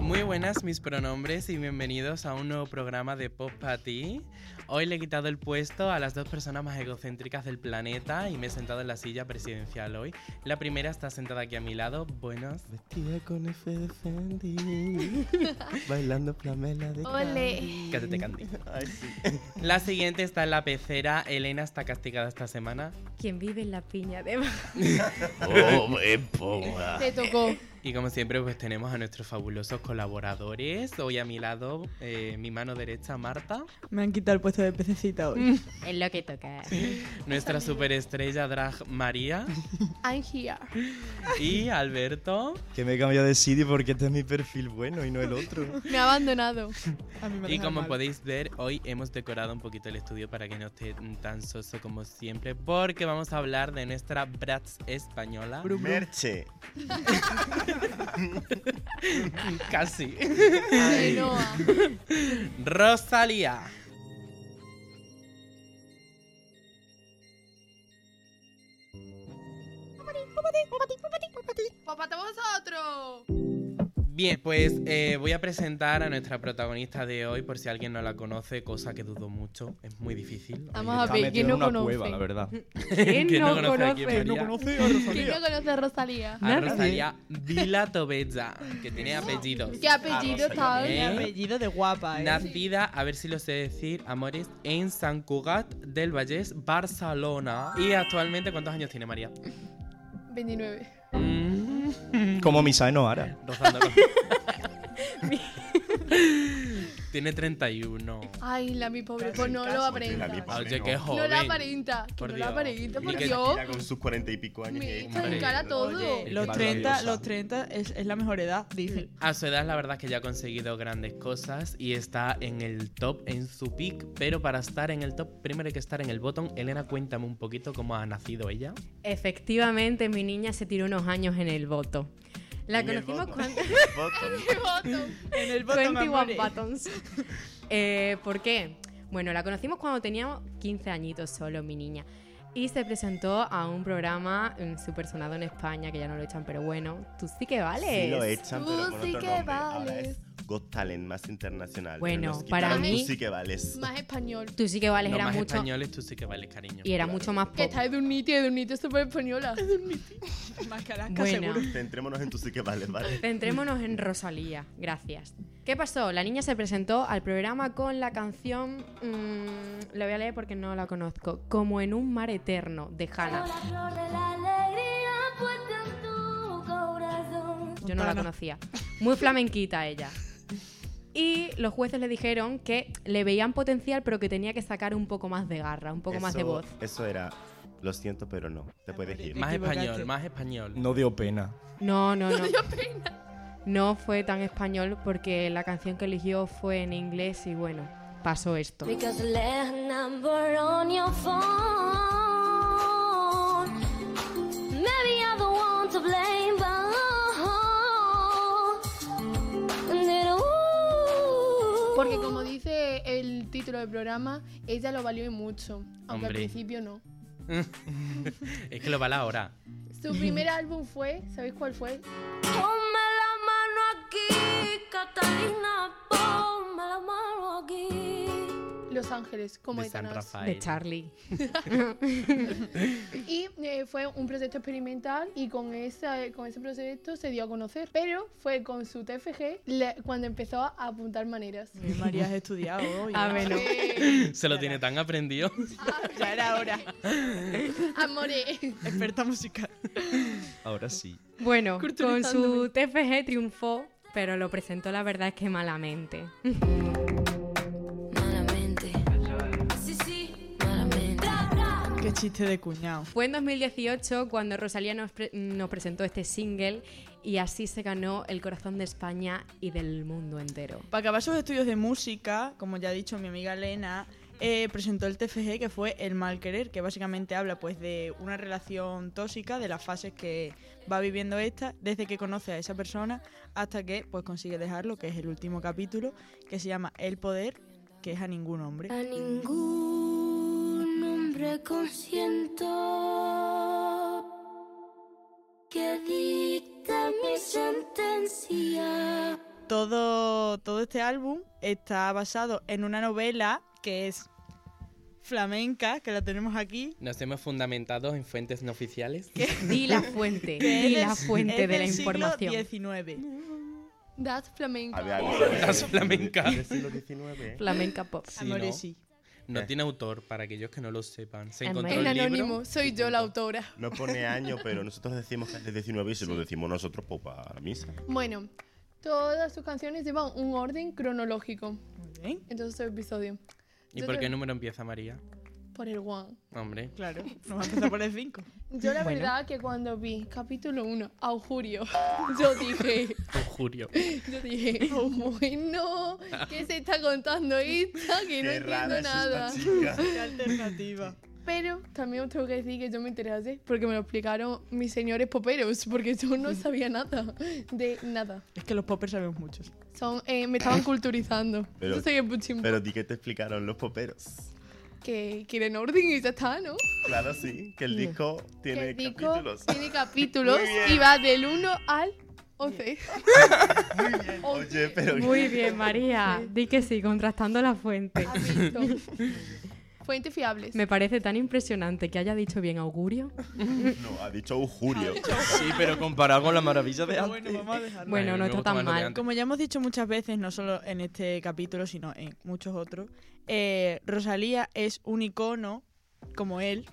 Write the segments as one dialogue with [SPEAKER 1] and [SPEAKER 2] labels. [SPEAKER 1] Muy buenas mis pronombres y bienvenidos a un nuevo programa de Pop para ti. Hoy le he quitado el puesto a las dos personas más egocéntricas del planeta y me he sentado en la silla presidencial hoy. La primera está sentada aquí a mi lado. Buenas.
[SPEAKER 2] Vestida con F de Fendi. bailando flamela de
[SPEAKER 3] Ole.
[SPEAKER 2] Candy.
[SPEAKER 1] Cállate, Candy.
[SPEAKER 2] Ay, sí.
[SPEAKER 1] La siguiente está en la pecera. Elena está castigada esta semana.
[SPEAKER 3] Quien vive en la piña de mar.
[SPEAKER 4] Oh, me ponga.
[SPEAKER 5] Te tocó.
[SPEAKER 1] Y como siempre, pues tenemos a nuestros fabulosos colaboradores. Hoy a mi lado, eh, mi mano derecha, Marta.
[SPEAKER 6] Me han quitado el puesto de pececita hoy.
[SPEAKER 3] Es lo que toca.
[SPEAKER 1] Nuestra superestrella, Drag María.
[SPEAKER 5] I'm here.
[SPEAKER 1] Y Alberto.
[SPEAKER 2] Que me he cambiado de sitio porque este es mi perfil bueno y no el otro.
[SPEAKER 5] Me ha abandonado.
[SPEAKER 6] A mí me
[SPEAKER 1] Y
[SPEAKER 6] dejan
[SPEAKER 1] como
[SPEAKER 6] mal.
[SPEAKER 1] podéis ver, hoy hemos decorado un poquito el estudio para que no esté tan soso como siempre, porque vamos a hablar de nuestra Bratz española.
[SPEAKER 4] Merche.
[SPEAKER 1] Casi.
[SPEAKER 5] Ainhoa.
[SPEAKER 1] Rosalía.
[SPEAKER 5] ¡Papá, te vosotros!
[SPEAKER 1] Bien, pues eh, voy a presentar a nuestra protagonista de hoy, por si alguien no la conoce, cosa que dudo mucho, es muy difícil.
[SPEAKER 5] Vamos a ver, ¿quién no conoce?
[SPEAKER 2] verdad.
[SPEAKER 3] ¿Quién
[SPEAKER 1] Que
[SPEAKER 3] no
[SPEAKER 1] a
[SPEAKER 3] conoce?
[SPEAKER 1] María.
[SPEAKER 3] No
[SPEAKER 5] ¿Quién no conoce a Rosalía?
[SPEAKER 1] A Rosalía Vila Tobezza, que tiene apellidos.
[SPEAKER 5] ¿Qué apellido tal?
[SPEAKER 6] Mi
[SPEAKER 1] ¿Eh?
[SPEAKER 6] apellido de guapa, ¿eh?
[SPEAKER 1] Nacida, a ver si lo sé decir, amores, en San Cugat del Vallés, Barcelona. Y actualmente, ¿cuántos años tiene María?
[SPEAKER 5] 29.
[SPEAKER 1] Mm,
[SPEAKER 2] Como Misae Noara.
[SPEAKER 1] rozando con- tiene 31.
[SPEAKER 5] Ay, la mi pobre. Pues no lo
[SPEAKER 4] La mi
[SPEAKER 5] aparenta.
[SPEAKER 4] pobre.
[SPEAKER 1] Oye, qué
[SPEAKER 5] No la
[SPEAKER 1] joven.
[SPEAKER 5] aparenta. que
[SPEAKER 1] Por
[SPEAKER 5] No la
[SPEAKER 1] Dios.
[SPEAKER 5] aparenta, por
[SPEAKER 1] Mira que
[SPEAKER 5] Dios.
[SPEAKER 4] Con sus cuarenta y pico años.
[SPEAKER 5] Me
[SPEAKER 4] y-
[SPEAKER 5] echa
[SPEAKER 1] en
[SPEAKER 5] cara todo.
[SPEAKER 6] Oye, los 30, los 30 es, es la mejor edad, dicen.
[SPEAKER 1] A su edad, la verdad es que ya ha conseguido grandes cosas y está en el top, en su pick. Pero para estar en el top, primero hay que estar en el bottom. Elena, cuéntame un poquito cómo ha nacido ella.
[SPEAKER 3] Efectivamente, mi niña se tiró unos años en el voto. La
[SPEAKER 4] En el
[SPEAKER 3] conocimos
[SPEAKER 4] botón.
[SPEAKER 3] cuando...
[SPEAKER 5] ¡Qué voto!
[SPEAKER 6] En el botón
[SPEAKER 3] 21
[SPEAKER 6] amores.
[SPEAKER 3] Buttons. Eh, ¿Por qué? Bueno, la conocimos cuando teníamos 15 añitos solo, mi niña. Y se presentó a un programa mm, súper sonado en España, que ya no lo echan, pero bueno, tú sí que vales.
[SPEAKER 4] Sí lo echan, pero
[SPEAKER 5] Tú
[SPEAKER 4] con
[SPEAKER 5] sí
[SPEAKER 4] otro
[SPEAKER 5] que
[SPEAKER 4] nombre. Ahora
[SPEAKER 5] vales.
[SPEAKER 4] es Got Talent, más internacional.
[SPEAKER 3] Bueno,
[SPEAKER 4] pero nos
[SPEAKER 3] para
[SPEAKER 4] quitaron
[SPEAKER 5] mí-
[SPEAKER 4] Tú sí que vales.
[SPEAKER 5] Más español.
[SPEAKER 3] Tú sí que vales,
[SPEAKER 1] Los
[SPEAKER 3] era
[SPEAKER 1] más
[SPEAKER 3] mucho...
[SPEAKER 1] españoles, tú sí que vales, cariño.
[SPEAKER 3] Y era
[SPEAKER 4] Claro.
[SPEAKER 3] mucho más
[SPEAKER 5] Que
[SPEAKER 3] pop.
[SPEAKER 5] está de Duniti, de Duniti es súper española.
[SPEAKER 6] Más que Alaska,
[SPEAKER 3] Bueno.
[SPEAKER 6] seguro.
[SPEAKER 4] Centrémonos en tú sí que vales, ¿vale?
[SPEAKER 3] Centrémonos en Rosalía, gracias. ¿Qué pasó? La niña se presentó al programa con la canción, mm, la voy a leer porque no la conozco, Como en un mar eterno de Hannah.
[SPEAKER 7] La flor de la alegría puesta en tu corazón.
[SPEAKER 3] Yo no la
[SPEAKER 6] Montana.
[SPEAKER 3] conocía. Muy flamenquita ella. Y los jueces le dijeron que le veían potencial, pero que tenía que sacar un poco más de garra, un poco más de
[SPEAKER 4] Eso-
[SPEAKER 3] voz.
[SPEAKER 4] Eso era. Lo siento, pero no. Te puedes ir.
[SPEAKER 1] Más
[SPEAKER 6] equivocaste.
[SPEAKER 1] español, más español.
[SPEAKER 2] No dio pena.
[SPEAKER 3] No, no, no. No fue tan español porque la canción que eligió fue en inglés y bueno, pasó esto.
[SPEAKER 7] Because there's a number on your phone. Maybe I'm the one to blame, but. And it all-
[SPEAKER 5] Porque como dice el título del programa, ella lo valió y mucho. Aunque al
[SPEAKER 1] Hombre.
[SPEAKER 5] principio no.
[SPEAKER 1] Es que lo vale ahora.
[SPEAKER 5] Su primer álbum fue, ¿sabéis cuál fue?
[SPEAKER 7] Ponme la mano aquí, Catalina. Ponme la mano aquí.
[SPEAKER 5] Los Ángeles, como
[SPEAKER 1] de San
[SPEAKER 5] Etanás.
[SPEAKER 3] De
[SPEAKER 1] Rafael.
[SPEAKER 3] Charlie.
[SPEAKER 5] Y eh, fue un proyecto experimental y con, esa, con ese proyecto se dio a conocer. Pero fue con su TFG le- cuando empezó a apuntar maneras. Eh,
[SPEAKER 6] Eh, María has estudiado hoy.
[SPEAKER 3] A ver, no.
[SPEAKER 1] Se lo tiene tan aprendido.
[SPEAKER 6] Ya era hora.
[SPEAKER 5] Amore.
[SPEAKER 6] Experta musical.
[SPEAKER 2] Ahora sí.
[SPEAKER 3] Bueno, con su TFG triunfó, pero lo presentó la verdad es que malamente.
[SPEAKER 7] Malamente. Sí, sí. Malamente.
[SPEAKER 6] Qué chiste de cuñado.
[SPEAKER 3] Fue en 2018 cuando Rosalía nos, pre- nos presentó este single y así se ganó el corazón de España y del mundo entero.
[SPEAKER 6] Para acabar sus estudios de música, como ya ha dicho mi amiga Elena, eh, presentó el TFG que fue El mal querer, que básicamente habla pues de una relación tóxica, de las fases que va viviendo esta, desde que conoce a esa persona hasta que pues consigue dejarlo, que es el último capítulo, que se llama El poder, que es a ningún hombre.
[SPEAKER 7] A ningún hombre consiento que dicta mi sentencia.
[SPEAKER 6] todo, todo este álbum está basado en una novela que es flamenca, que la tenemos aquí.
[SPEAKER 1] Nos hemos fundamentado en fuentes no oficiales.
[SPEAKER 3] Di la fuente,
[SPEAKER 6] Que
[SPEAKER 3] di
[SPEAKER 6] es
[SPEAKER 3] la
[SPEAKER 6] del-
[SPEAKER 3] fuente
[SPEAKER 6] es
[SPEAKER 3] de la
[SPEAKER 6] del siglo
[SPEAKER 3] información.
[SPEAKER 6] XIX.
[SPEAKER 5] Das flamenca.
[SPEAKER 4] Había algo.
[SPEAKER 1] Las flamencas.
[SPEAKER 4] Del siglo XIX.
[SPEAKER 3] Flamenca pop.
[SPEAKER 1] Sí,
[SPEAKER 6] Amores,
[SPEAKER 1] ¿no?
[SPEAKER 6] sí.
[SPEAKER 1] No
[SPEAKER 4] Eh.
[SPEAKER 1] tiene autor, para aquellos que no lo sepan. Se
[SPEAKER 3] Es
[SPEAKER 1] encontró
[SPEAKER 3] muy-
[SPEAKER 5] En
[SPEAKER 1] el libro
[SPEAKER 5] anónimo,
[SPEAKER 1] y
[SPEAKER 5] soy yo la
[SPEAKER 1] punto.
[SPEAKER 5] autora.
[SPEAKER 4] No pone año, pero nosotros decimos que es de 19 y se lo decimos nosotros pues, para la misa.
[SPEAKER 5] Bueno, todas sus canciones llevan un orden cronológico.
[SPEAKER 6] Muy bien,
[SPEAKER 5] Entonces, el episodio.
[SPEAKER 1] ¿Y
[SPEAKER 5] Yo
[SPEAKER 1] por
[SPEAKER 5] te-
[SPEAKER 1] qué número empieza María?
[SPEAKER 5] Por el one.
[SPEAKER 1] Hombre.
[SPEAKER 6] claro. Nos va a empezar por el 5.
[SPEAKER 5] Yo la
[SPEAKER 3] Bueno.
[SPEAKER 5] verdad que cuando vi capítulo 1, Augurio, yo dije,
[SPEAKER 1] Conjurio.
[SPEAKER 5] yo dije, oh, bueno, ¿qué se está contando esta? Que no
[SPEAKER 4] Qué rara
[SPEAKER 5] entiendo
[SPEAKER 4] es esta
[SPEAKER 5] nada.
[SPEAKER 4] chica.
[SPEAKER 6] Qué alternativa.
[SPEAKER 5] Pero también os tengo que decir que yo me enteré así porque me lo explicaron mis señores poperos, porque yo no sabía nada de nada.
[SPEAKER 6] Es que los poppers sabemos muchos.
[SPEAKER 5] Son, eh, me estaban culturizando.
[SPEAKER 4] Pero-
[SPEAKER 5] yo soy el puchimbo.
[SPEAKER 4] Pero di que te explicaron los poperos.
[SPEAKER 5] que quieren orden y ya está, ¿no?
[SPEAKER 4] Claro, sí, que el
[SPEAKER 3] Bien.
[SPEAKER 4] disco tiene
[SPEAKER 5] Que el disco
[SPEAKER 4] capítulos.
[SPEAKER 5] Tiene capítulos
[SPEAKER 4] Muy bien.
[SPEAKER 5] y va del 1 al 11.
[SPEAKER 4] Muy bien. Oye, pero
[SPEAKER 3] Muy bien, María. Di que sí, contrastando la fuente.
[SPEAKER 5] Fuentes fiables.
[SPEAKER 3] Me parece tan impresionante que haya dicho bien augurio.
[SPEAKER 4] no, ha dicho Julio.
[SPEAKER 2] Sí, pero comparado con la maravilla de
[SPEAKER 6] Pero
[SPEAKER 2] antes.
[SPEAKER 6] bueno, vamos a dejarlo.
[SPEAKER 3] Bueno,
[SPEAKER 1] Ay,
[SPEAKER 3] no
[SPEAKER 1] me
[SPEAKER 3] está
[SPEAKER 1] gusta
[SPEAKER 3] tan
[SPEAKER 1] más lo de
[SPEAKER 3] mal.
[SPEAKER 1] antes.
[SPEAKER 6] Como ya hemos dicho muchas veces, no solo en este capítulo, sino en muchos otros, eh, Rosalía es un icono, como él,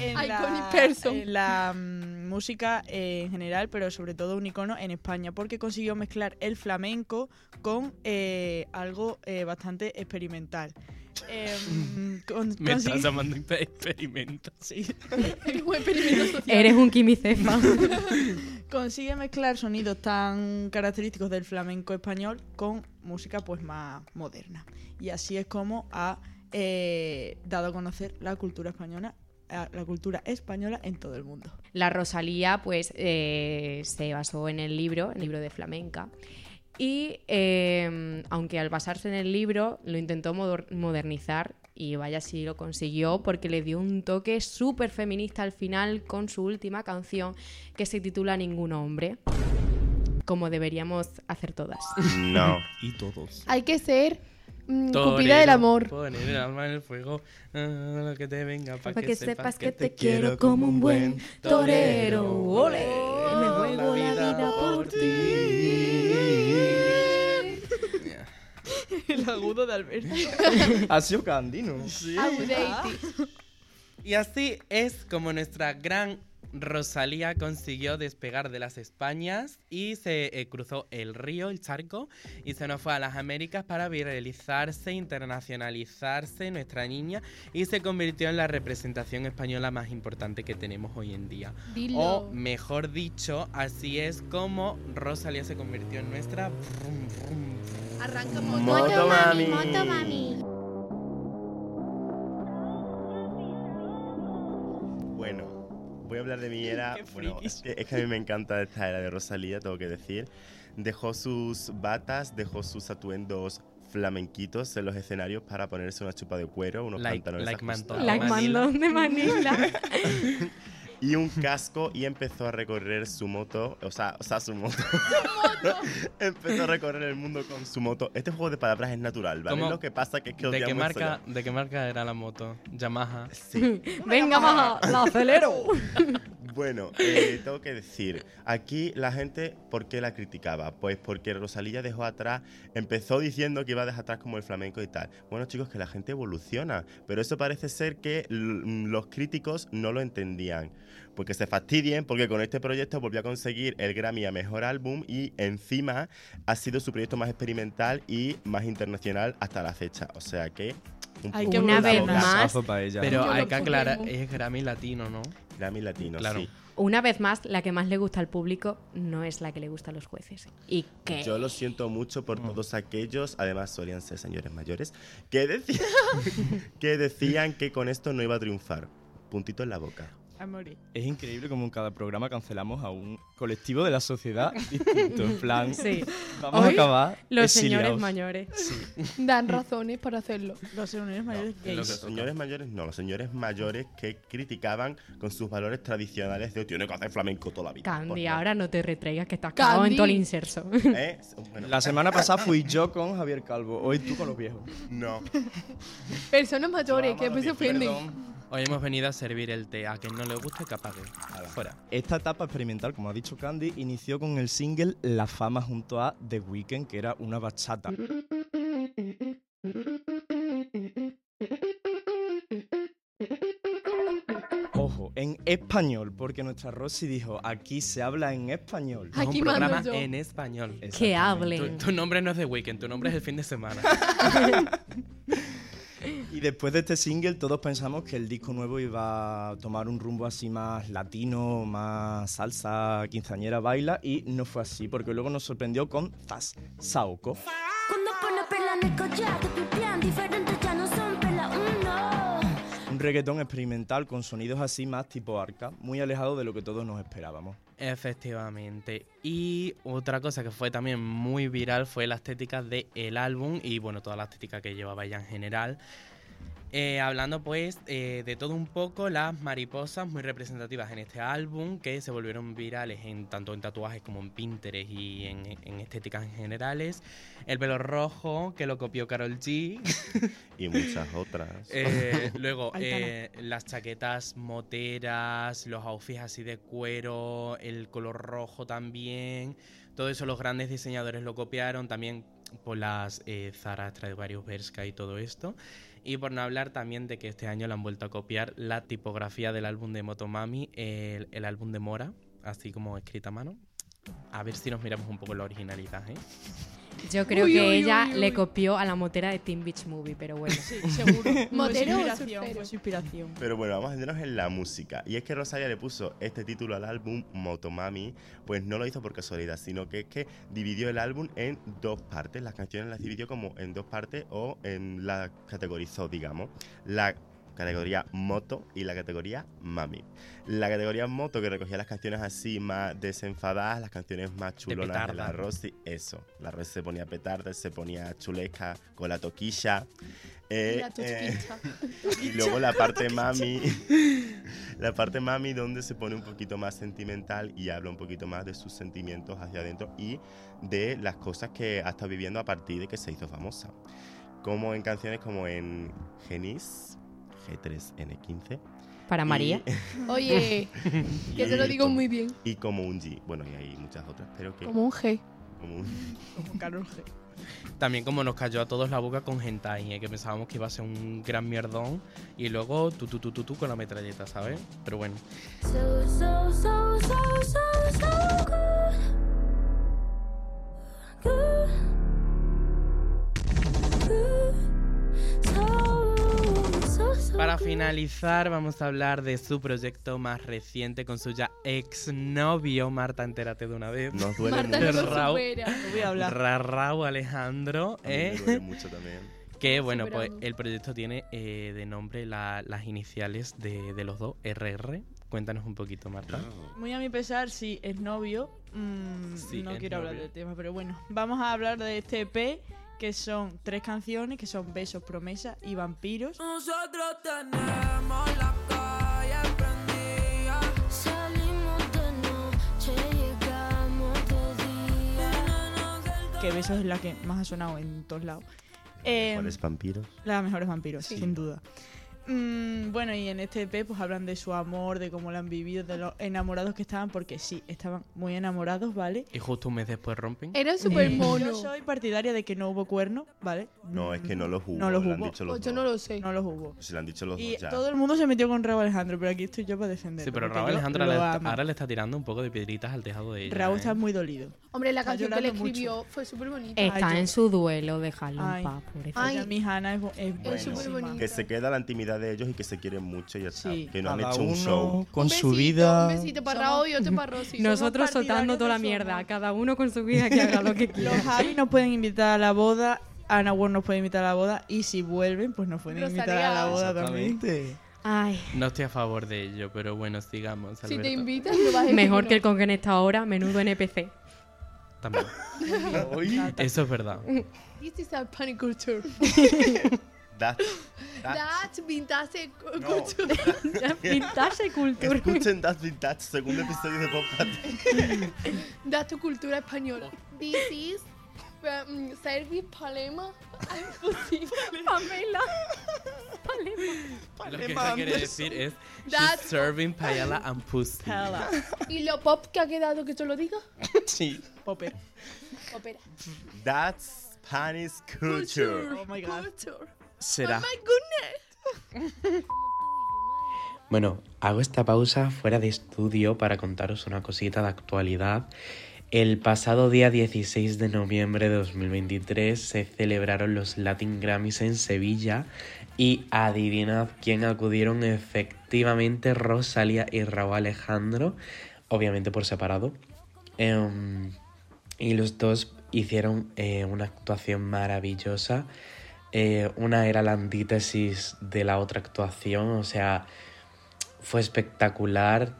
[SPEAKER 6] en la,
[SPEAKER 5] Iconic person.
[SPEAKER 6] en la, mm, música eh, en general, pero sobre todo un icono en España, porque consiguió mezclar el flamenco con eh, algo eh, bastante experimental. Em, con-
[SPEAKER 1] Me estás
[SPEAKER 6] consiguió-
[SPEAKER 1] llamando exper- experimento.
[SPEAKER 6] Sí.
[SPEAKER 5] Es un experimento social.
[SPEAKER 3] Eres un quimicefa.
[SPEAKER 6] consigue mezclar sonidos tan característicos del flamenco español con música pues más moderna. Y así es como ha eh, dado a conocer la cultura española a la cultura española en todo el mundo.
[SPEAKER 3] La Rosalía, pues, eh, se basó en el libro, el libro de flamenca. Y eh, aunque al basarse en el libro lo intentó moder- modernizar, y vaya si lo consiguió, porque le dio un toque súper feminista al final con su última canción que se titula Ningún hombre, como deberíamos hacer todas.
[SPEAKER 4] No.
[SPEAKER 2] Y todos.
[SPEAKER 5] Hay que ser mm,
[SPEAKER 1] Torero,
[SPEAKER 5] cupida del amor.
[SPEAKER 1] Poner el alma en el fuego. ah, lo que te venga, para
[SPEAKER 3] Para
[SPEAKER 1] que, sepas que te
[SPEAKER 2] quiero como un buen
[SPEAKER 3] torero. Ole, me
[SPEAKER 1] juego oh, la vida por
[SPEAKER 2] ti.
[SPEAKER 6] El agudo de Alberto.
[SPEAKER 2] Ha sido Candino.
[SPEAKER 5] Outdated.
[SPEAKER 1] Y así es como nuestra gran Rosalía consiguió despegar de las Españas y se eh, cruzó el río, el charco, y se nos fue a las Américas para viralizarse, internacionalizarse nuestra niña y se convirtió en la representación española más importante que tenemos hoy en día.
[SPEAKER 6] Ah.
[SPEAKER 5] Dilo.
[SPEAKER 1] O mejor dicho, así es como Rosalía se convirtió en nuestra... brum, brum,
[SPEAKER 5] Arranca
[SPEAKER 4] Moto mami.
[SPEAKER 7] Moto mami.
[SPEAKER 4] Bueno, voy a hablar de mi era.
[SPEAKER 1] Qué
[SPEAKER 4] Bueno,
[SPEAKER 1] frikis.
[SPEAKER 4] es que, es que a mí me encanta esta era de Rosalía, tengo que decir. Dejó sus batas, dejó sus atuendos flamenquitos en los escenarios para ponerse una chupa de cuero, unos
[SPEAKER 1] Like,
[SPEAKER 4] pantalones
[SPEAKER 1] like
[SPEAKER 4] ajustados
[SPEAKER 1] Mantola.
[SPEAKER 3] La
[SPEAKER 1] Manila.
[SPEAKER 3] mandón de Manila.
[SPEAKER 4] y un casco y empezó a recorrer su moto, o sea, o sea su moto. empezó a recorrer el mundo con su moto. Este juego de palabras es natural, ¿vale?
[SPEAKER 1] ¿Cómo?
[SPEAKER 4] Lo que pasa que es que
[SPEAKER 1] ¿De qué,
[SPEAKER 4] odiamos eso
[SPEAKER 1] marca,
[SPEAKER 4] ya.
[SPEAKER 1] ¿De qué marca era la moto? Yamaha.
[SPEAKER 3] Venga, baja, la acelero.
[SPEAKER 4] Bueno, eh, tengo que decir, aquí la gente, ¿por qué la criticaba? Pues porque Rosalía dejó atrás, empezó diciendo que iba a dejar atrás como el flamenco y tal. Bueno, chicos, que la gente evoluciona, pero eso parece ser que l- mm, los críticos no lo entendían. Porque se fastidien, porque con este proyecto volvió a conseguir el Grammy a Mejor Álbum y encima ha sido su proyecto más experimental y más internacional hasta la fecha. O sea que... un
[SPEAKER 6] Hay
[SPEAKER 4] poco
[SPEAKER 6] que
[SPEAKER 4] la
[SPEAKER 3] Una vez
[SPEAKER 4] boca.
[SPEAKER 3] más.
[SPEAKER 2] Paso para ella.
[SPEAKER 1] Pero
[SPEAKER 5] Yo
[SPEAKER 1] hay
[SPEAKER 5] lo
[SPEAKER 1] que aclarar,
[SPEAKER 5] pongo.
[SPEAKER 1] es Grammy latino, ¿no?
[SPEAKER 4] Grammy Latino,
[SPEAKER 1] Claro.
[SPEAKER 4] sí.
[SPEAKER 3] Una vez más, la que más le gusta al público no es la que le gusta a los jueces. ¿Y qué?
[SPEAKER 4] Yo lo siento mucho por todos aquellos, además solían ser señores mayores, que decían que, decían que con esto no iba a triunfar. Puntito en la boca.
[SPEAKER 6] a morir.
[SPEAKER 8] Es increíble como en cada programa cancelamos a un colectivo de la sociedad distinto. En plan,
[SPEAKER 3] Sí.
[SPEAKER 8] vamos a
[SPEAKER 3] Hoy,
[SPEAKER 8] acabar
[SPEAKER 3] Los
[SPEAKER 8] exiliados.
[SPEAKER 3] señores mayores.
[SPEAKER 5] Dan razones para hacerlo.
[SPEAKER 6] Los señores mayores
[SPEAKER 1] No,
[SPEAKER 6] gays.
[SPEAKER 1] lo que
[SPEAKER 4] Los señores mayores, no, los señores mayores que criticaban con sus valores tradicionales de tiene que hacer flamenco toda la vida.
[SPEAKER 3] Candy,
[SPEAKER 4] Porque,
[SPEAKER 3] ahora no te retraigas que estás cagado en
[SPEAKER 5] Candy.
[SPEAKER 3] todo el inserso.
[SPEAKER 4] ¿eh? Bueno,
[SPEAKER 8] La semana pasada fui yo con Javier Calvo, hoy tú con los viejos.
[SPEAKER 4] no.
[SPEAKER 5] Personas mayores, que después se ofenden.
[SPEAKER 8] Perdón.
[SPEAKER 1] Hoy hemos venido a servir el té. A quien no le guste, que apague. Fuera.
[SPEAKER 8] Esta etapa experimental, como ha dicho Candy, inició con el single La Fama junto a The Weeknd, que era una bachata. Ojo, en español, porque nuestra Rosy dijo, aquí se habla en español.
[SPEAKER 5] Ay,
[SPEAKER 1] Es
[SPEAKER 5] Aquí
[SPEAKER 1] un
[SPEAKER 5] mando
[SPEAKER 1] programa
[SPEAKER 5] yo.
[SPEAKER 1] en español.
[SPEAKER 3] que
[SPEAKER 1] Tu,
[SPEAKER 3] hablen.
[SPEAKER 1] tu nombre no es de Weekend, tu nombre es el fin de semana.
[SPEAKER 8] Y después de este single todos pensamos que el disco nuevo iba a tomar un rumbo así más latino, más salsa, quinceañera, baila, y no fue así, porque luego nos sorprendió con Zas Saoko.
[SPEAKER 7] Cuando pone perla en el collar, te pipián diferente, ya no son perla uno.
[SPEAKER 8] Un reggaetón experimental con sonidos así más tipo arca, muy alejado de lo que todos nos esperábamos.
[SPEAKER 1] Efectivamente. Y otra cosa que fue también muy viral fue la estética del álbum y bueno, toda la estética que llevaba ella en general. Eh, hablando pues eh, de todo un poco, las mariposas muy representativas en este álbum que se volvieron virales en, tanto en tatuajes como en Pinterest y en, en estéticas en generales. El pelo rojo que lo copió Carol G.
[SPEAKER 4] Y muchas otras.
[SPEAKER 1] Eh, luego,
[SPEAKER 3] Aitana.
[SPEAKER 1] eh, las chaquetas moteras, los outfits así de cuero, el color rojo también. Todo eso los grandes diseñadores lo copiaron. También por las eh, Zara, Stradivarius, Berska y todo esto. Y por no hablar también de que este año le han vuelto a copiar la tipografía del álbum de Motomami, el, el álbum de Mora, así como escrita a mano. A ver si nos miramos un poco la originalidad, ¿eh?
[SPEAKER 3] Yo creo
[SPEAKER 5] Uy,
[SPEAKER 3] que
[SPEAKER 5] uy,
[SPEAKER 3] ella
[SPEAKER 5] uy, uy.
[SPEAKER 3] le copió a la motera de Teen Beach Movie, pero bueno.
[SPEAKER 6] Sí, seguro.
[SPEAKER 5] ¿Motero o
[SPEAKER 6] fue su inspiración,
[SPEAKER 5] surfero?
[SPEAKER 6] fue su inspiración.
[SPEAKER 4] Pero bueno, vamos a centrarnos en la música. Y es que Rosalía le puso este título al álbum Motomami, pues no lo hizo por casualidad, sino que es que dividió el álbum en dos partes. Las canciones las dividió como en dos partes o en las categorizó, digamos. La categoría moto y la categoría mami. La categoría moto que recogía las canciones así más desenfadadas, las canciones más chulonas de la
[SPEAKER 1] petarda.
[SPEAKER 4] Rosy, eso. La Rosy se ponía petarda, se ponía chulesca con la toquilla. Eh,
[SPEAKER 5] La
[SPEAKER 4] eh,
[SPEAKER 5] toquita.
[SPEAKER 4] y luego la parte mami, la parte mami donde se pone un poquito más sentimental y habla un poquito más de sus sentimientos hacia adentro y de las cosas que ha estado viviendo a partir de que se hizo famosa. Como en canciones como en Genis, G3N15.
[SPEAKER 3] Para María.
[SPEAKER 5] Oye, que te lo
[SPEAKER 4] y
[SPEAKER 5] digo
[SPEAKER 4] como-
[SPEAKER 5] muy bien.
[SPEAKER 4] Y como un G. Bueno, y hay muchas otras, pero que...
[SPEAKER 5] Como un G.
[SPEAKER 4] como un-
[SPEAKER 6] Como Carol G.
[SPEAKER 1] También como nos cayó a todos la boca con Hentai, ¿eh? que pensábamos que iba a ser un gran mierdón y luego tú, tú, tú, tú, tú con la metralleta, ¿sabes? Pero bueno.
[SPEAKER 7] So, so, so, so, so, so good. Good. Good. So, so, so
[SPEAKER 1] Para
[SPEAKER 7] good.
[SPEAKER 1] finalizar vamos a hablar de su proyecto más reciente con su ya exnovio, Marta, entérate de una vez.
[SPEAKER 4] nos duele
[SPEAKER 5] Marta
[SPEAKER 4] mucho.
[SPEAKER 5] no lo
[SPEAKER 1] Raúl.
[SPEAKER 5] supera.
[SPEAKER 6] No voy a hablar.
[SPEAKER 1] Rarrao Alejandro,
[SPEAKER 4] A mí me
[SPEAKER 1] ¿eh?
[SPEAKER 4] duele mucho también.
[SPEAKER 1] que bueno, pues
[SPEAKER 5] Superando.
[SPEAKER 1] el proyecto tiene eh, de nombre la- las iniciales de, de los dos, RR. Cuéntanos un poquito, Marta.
[SPEAKER 6] Muy a mi pesar, sí, es novio. Mm,
[SPEAKER 1] Sí,
[SPEAKER 6] no
[SPEAKER 1] es
[SPEAKER 6] quiero hablar
[SPEAKER 1] novio.
[SPEAKER 6] del tema, pero bueno. Vamos a hablar de este EP, que son tres canciones, que son Besos, Promesas y Vampiros.
[SPEAKER 7] Salimos de noche, llegamos de día.
[SPEAKER 6] Que Besos es la que más ha sonado en todos lados.
[SPEAKER 5] Em,
[SPEAKER 6] Eh,
[SPEAKER 4] ¿Cuáles vampiros?
[SPEAKER 6] Las mejores vampiros,
[SPEAKER 5] Sí.
[SPEAKER 6] sin duda. Mm, bueno, y en este EP pues hablan de su amor, de cómo lo han vivido, de los enamorados que estaban, porque sí, estaban muy enamorados, ¿vale?
[SPEAKER 1] Y justo un mes después rompen.
[SPEAKER 5] Eran súper
[SPEAKER 6] Eh,
[SPEAKER 5] mono.
[SPEAKER 6] Yo soy partidaria de que no hubo cuerno, ¿vale? Mm,
[SPEAKER 4] No, es que no los hubo.
[SPEAKER 6] No los
[SPEAKER 4] lo han
[SPEAKER 6] hubo.
[SPEAKER 4] dicho
[SPEAKER 5] O
[SPEAKER 4] los
[SPEAKER 5] Pues yo no
[SPEAKER 4] dos.
[SPEAKER 5] lo sé.
[SPEAKER 6] No los hubo.
[SPEAKER 4] Se lo han dicho los
[SPEAKER 6] Y
[SPEAKER 4] dos ya.
[SPEAKER 6] todo el mundo se metió con Raúl Alejandro, pero aquí estoy yo para
[SPEAKER 1] Sí,
[SPEAKER 6] defenderlo.
[SPEAKER 1] pero
[SPEAKER 6] porque
[SPEAKER 1] Raúl
[SPEAKER 6] yo
[SPEAKER 1] Alejandro
[SPEAKER 6] lo
[SPEAKER 1] le-
[SPEAKER 6] amo.
[SPEAKER 1] ahora le está tirando un poco de piedritas al tejado de ella.
[SPEAKER 6] Raúl
[SPEAKER 1] ¿eh?
[SPEAKER 6] está muy dolido.
[SPEAKER 5] Hombre, la
[SPEAKER 6] Está
[SPEAKER 5] canción que le
[SPEAKER 6] llorando
[SPEAKER 5] escribió fue súper bonita.
[SPEAKER 6] Ay,
[SPEAKER 3] Está
[SPEAKER 6] yo-
[SPEAKER 3] en su duelo, déjalo en
[SPEAKER 6] Ay.
[SPEAKER 3] paz, pobrecita.
[SPEAKER 5] Ay.
[SPEAKER 6] Ella, mi Hanna, es, bu- es buenísima.
[SPEAKER 5] superbonito.
[SPEAKER 4] Que se queda la intimidad de ellos y que se quieren mucho y ya está.
[SPEAKER 6] Sí.
[SPEAKER 4] Que no han
[SPEAKER 8] Cada
[SPEAKER 4] hecho un
[SPEAKER 8] uno
[SPEAKER 4] show.
[SPEAKER 8] con
[SPEAKER 5] Un
[SPEAKER 8] su
[SPEAKER 5] besito,
[SPEAKER 8] vida.
[SPEAKER 5] Un besito para
[SPEAKER 6] Somos-
[SPEAKER 5] Raúl y otro para Rosy.
[SPEAKER 3] Nosotros
[SPEAKER 6] somos
[SPEAKER 3] soltando toda la
[SPEAKER 6] partidarios de
[SPEAKER 3] mierda,
[SPEAKER 6] eso.
[SPEAKER 3] cada uno con su vida que haga lo que quiera.
[SPEAKER 6] Los Javi nos pueden invitar a la boda, Ana Ward nos puede invitar a la boda y si vuelven, pues nos pueden invitar a
[SPEAKER 5] Rosalía.
[SPEAKER 6] la boda también.
[SPEAKER 3] Ay,
[SPEAKER 1] No estoy a favor de ello, pero bueno, sigamos.
[SPEAKER 5] Si te
[SPEAKER 1] Alberto.
[SPEAKER 5] invitan, lo vas a decir
[SPEAKER 3] mejor que el
[SPEAKER 5] no.
[SPEAKER 3] con que en esta hora, menudo NPC.
[SPEAKER 1] También. Eso es verdad.
[SPEAKER 5] This is a panic culture.
[SPEAKER 4] That- that-
[SPEAKER 5] That's vintage cu-
[SPEAKER 4] No.
[SPEAKER 5] culture.
[SPEAKER 3] Ya, Vintage cultura.
[SPEAKER 4] Escuchen That Been That, segundo episodio de Podcast.
[SPEAKER 5] That's cultura española. This is um, service palema. pues I'm posible.
[SPEAKER 3] Pamela. Pamela.
[SPEAKER 1] Lo que eso quiere decir es She's
[SPEAKER 5] That's-
[SPEAKER 1] serving paella and pussy.
[SPEAKER 6] Pela.
[SPEAKER 5] ¿Y lo pop que ha quedado que te lo diga?
[SPEAKER 8] Sí.
[SPEAKER 6] Pope.
[SPEAKER 5] Opera.
[SPEAKER 4] That's Spanish Culture.
[SPEAKER 6] Oh my God.
[SPEAKER 5] Culture.
[SPEAKER 8] Será.
[SPEAKER 5] Oh My goodness.
[SPEAKER 9] Bueno, hago esta pausa fuera de estudio para contaros una cosita de actualidad. El pasado día 16 de noviembre de 2023 se celebraron los Latin Grammys en Sevilla y adivinad quién acudieron efectivamente Rosalía y Raúl Alejandro, obviamente por separado. Em, y los dos hicieron eh, una actuación maravillosa. Eh, una era la antítesis de la otra actuación, o sea, fue espectacular.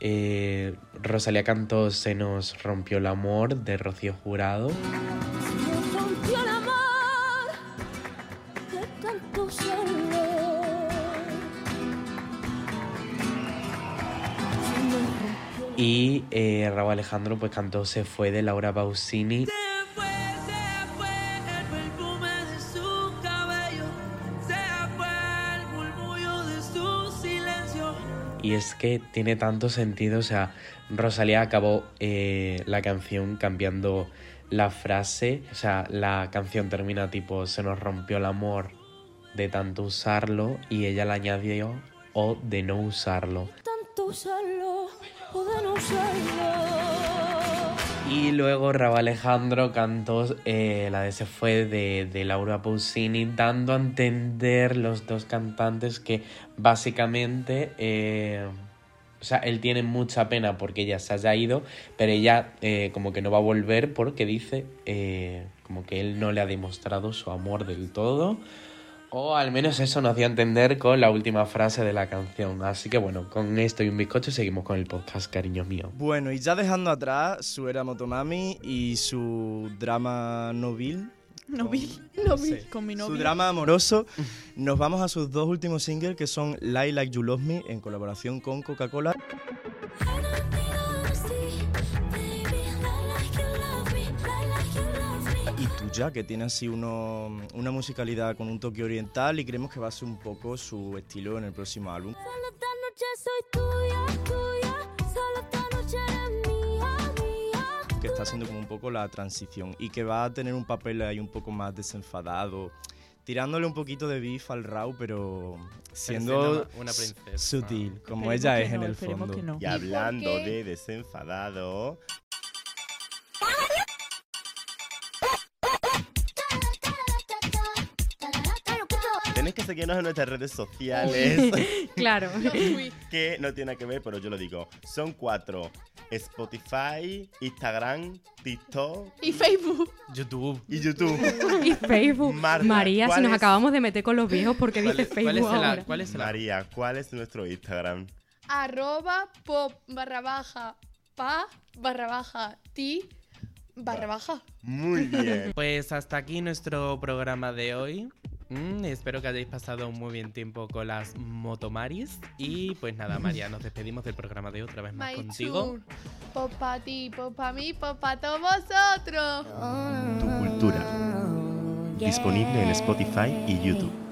[SPEAKER 9] Eh, Rosalía cantó Se nos rompió el amor de Rocío Jurado.
[SPEAKER 7] Me rompió el amor de tanto celos.
[SPEAKER 9] Y eh, Raúl Alejandro pues cantó Se fue de Laura Pausini. Y es que tiene tanto sentido, o sea, Rosalía acabó eh, la canción cambiando la frase, o sea, la canción termina tipo se nos rompió el amor de tanto usarlo y ella la añadió o de no usarlo.
[SPEAKER 7] Tanto usarlo o de no usarlo.
[SPEAKER 9] Y luego Raúl Alejandro cantó eh, la de Se fue de, de Laura Pausini, dando a entender los dos cantantes que básicamente, eh, o sea, él tiene mucha pena porque ella se haya ido, pero ella eh, como que no va a volver porque dice eh, como que él no le ha demostrado su amor del todo. O al menos eso nos dio a entender con la última frase de la canción. Así que bueno, con esto y un bizcocho seguimos con el podcast, cariños míos.
[SPEAKER 8] Bueno, y ya dejando atrás su era Motomami y su drama novil,
[SPEAKER 6] No vi.
[SPEAKER 5] No vi.
[SPEAKER 6] Con mi novio.
[SPEAKER 8] su drama amoroso, nos vamos a sus dos últimos singles que son Lie Like You Love Me en colaboración con Coca-Cola y Tuya, que tiene así uno, una musicalidad con un toque oriental y creemos que va a ser un poco su estilo en el próximo álbum.
[SPEAKER 7] Solo esta noche soy tuya, tuya. Solo esta noche eres mía, mía.
[SPEAKER 8] que está haciendo como un poco la transición y que va a tener un papel ahí un poco más desenfadado, tirándole un poquito de beef al Rau, pero siendo
[SPEAKER 1] siendo una
[SPEAKER 8] s-
[SPEAKER 1] princesa.
[SPEAKER 8] sutil, como
[SPEAKER 6] Esperemos
[SPEAKER 8] ella
[SPEAKER 6] que
[SPEAKER 8] es en
[SPEAKER 6] no,
[SPEAKER 8] el
[SPEAKER 6] esperemos
[SPEAKER 8] fondo.
[SPEAKER 6] que no.
[SPEAKER 4] Y hablando
[SPEAKER 5] qué?
[SPEAKER 4] de desenfadado, tenéis que seguirnos en nuestras redes sociales,
[SPEAKER 3] Claro.
[SPEAKER 5] Yo fui.
[SPEAKER 4] que no tiene que ver, pero yo lo digo. Son cuatro. Spotify, Instagram, TikTok
[SPEAKER 5] Y Facebook.
[SPEAKER 1] YouTube.
[SPEAKER 4] y YouTube.
[SPEAKER 3] Y Facebook.
[SPEAKER 4] Marta,
[SPEAKER 3] María, si
[SPEAKER 4] ¿cuál
[SPEAKER 3] nos
[SPEAKER 4] es-
[SPEAKER 3] acabamos de meter con los viejos porque
[SPEAKER 1] ¿Cuál es,
[SPEAKER 3] dice
[SPEAKER 1] cuál
[SPEAKER 3] Facebook
[SPEAKER 1] es el,
[SPEAKER 3] ahora.
[SPEAKER 1] a- cuál es el a-
[SPEAKER 4] María, ¿cuál es nuestro Instagram?
[SPEAKER 5] Arroba pop barra baja pa barra baja ti barra baja.
[SPEAKER 4] Muy bien.
[SPEAKER 1] Pues hasta aquí nuestro programa de hoy. Mm, espero que hayáis pasado un muy bien tiempo con las motomaris. Y pues nada, María, nos despedimos del programa de hoy otra vez más
[SPEAKER 5] My
[SPEAKER 1] contigo.
[SPEAKER 5] tune. Pop pa ti, pop pa mí, pop pa todos vosotros.
[SPEAKER 4] Tu cultura. Disponible en Spotify y YouTube.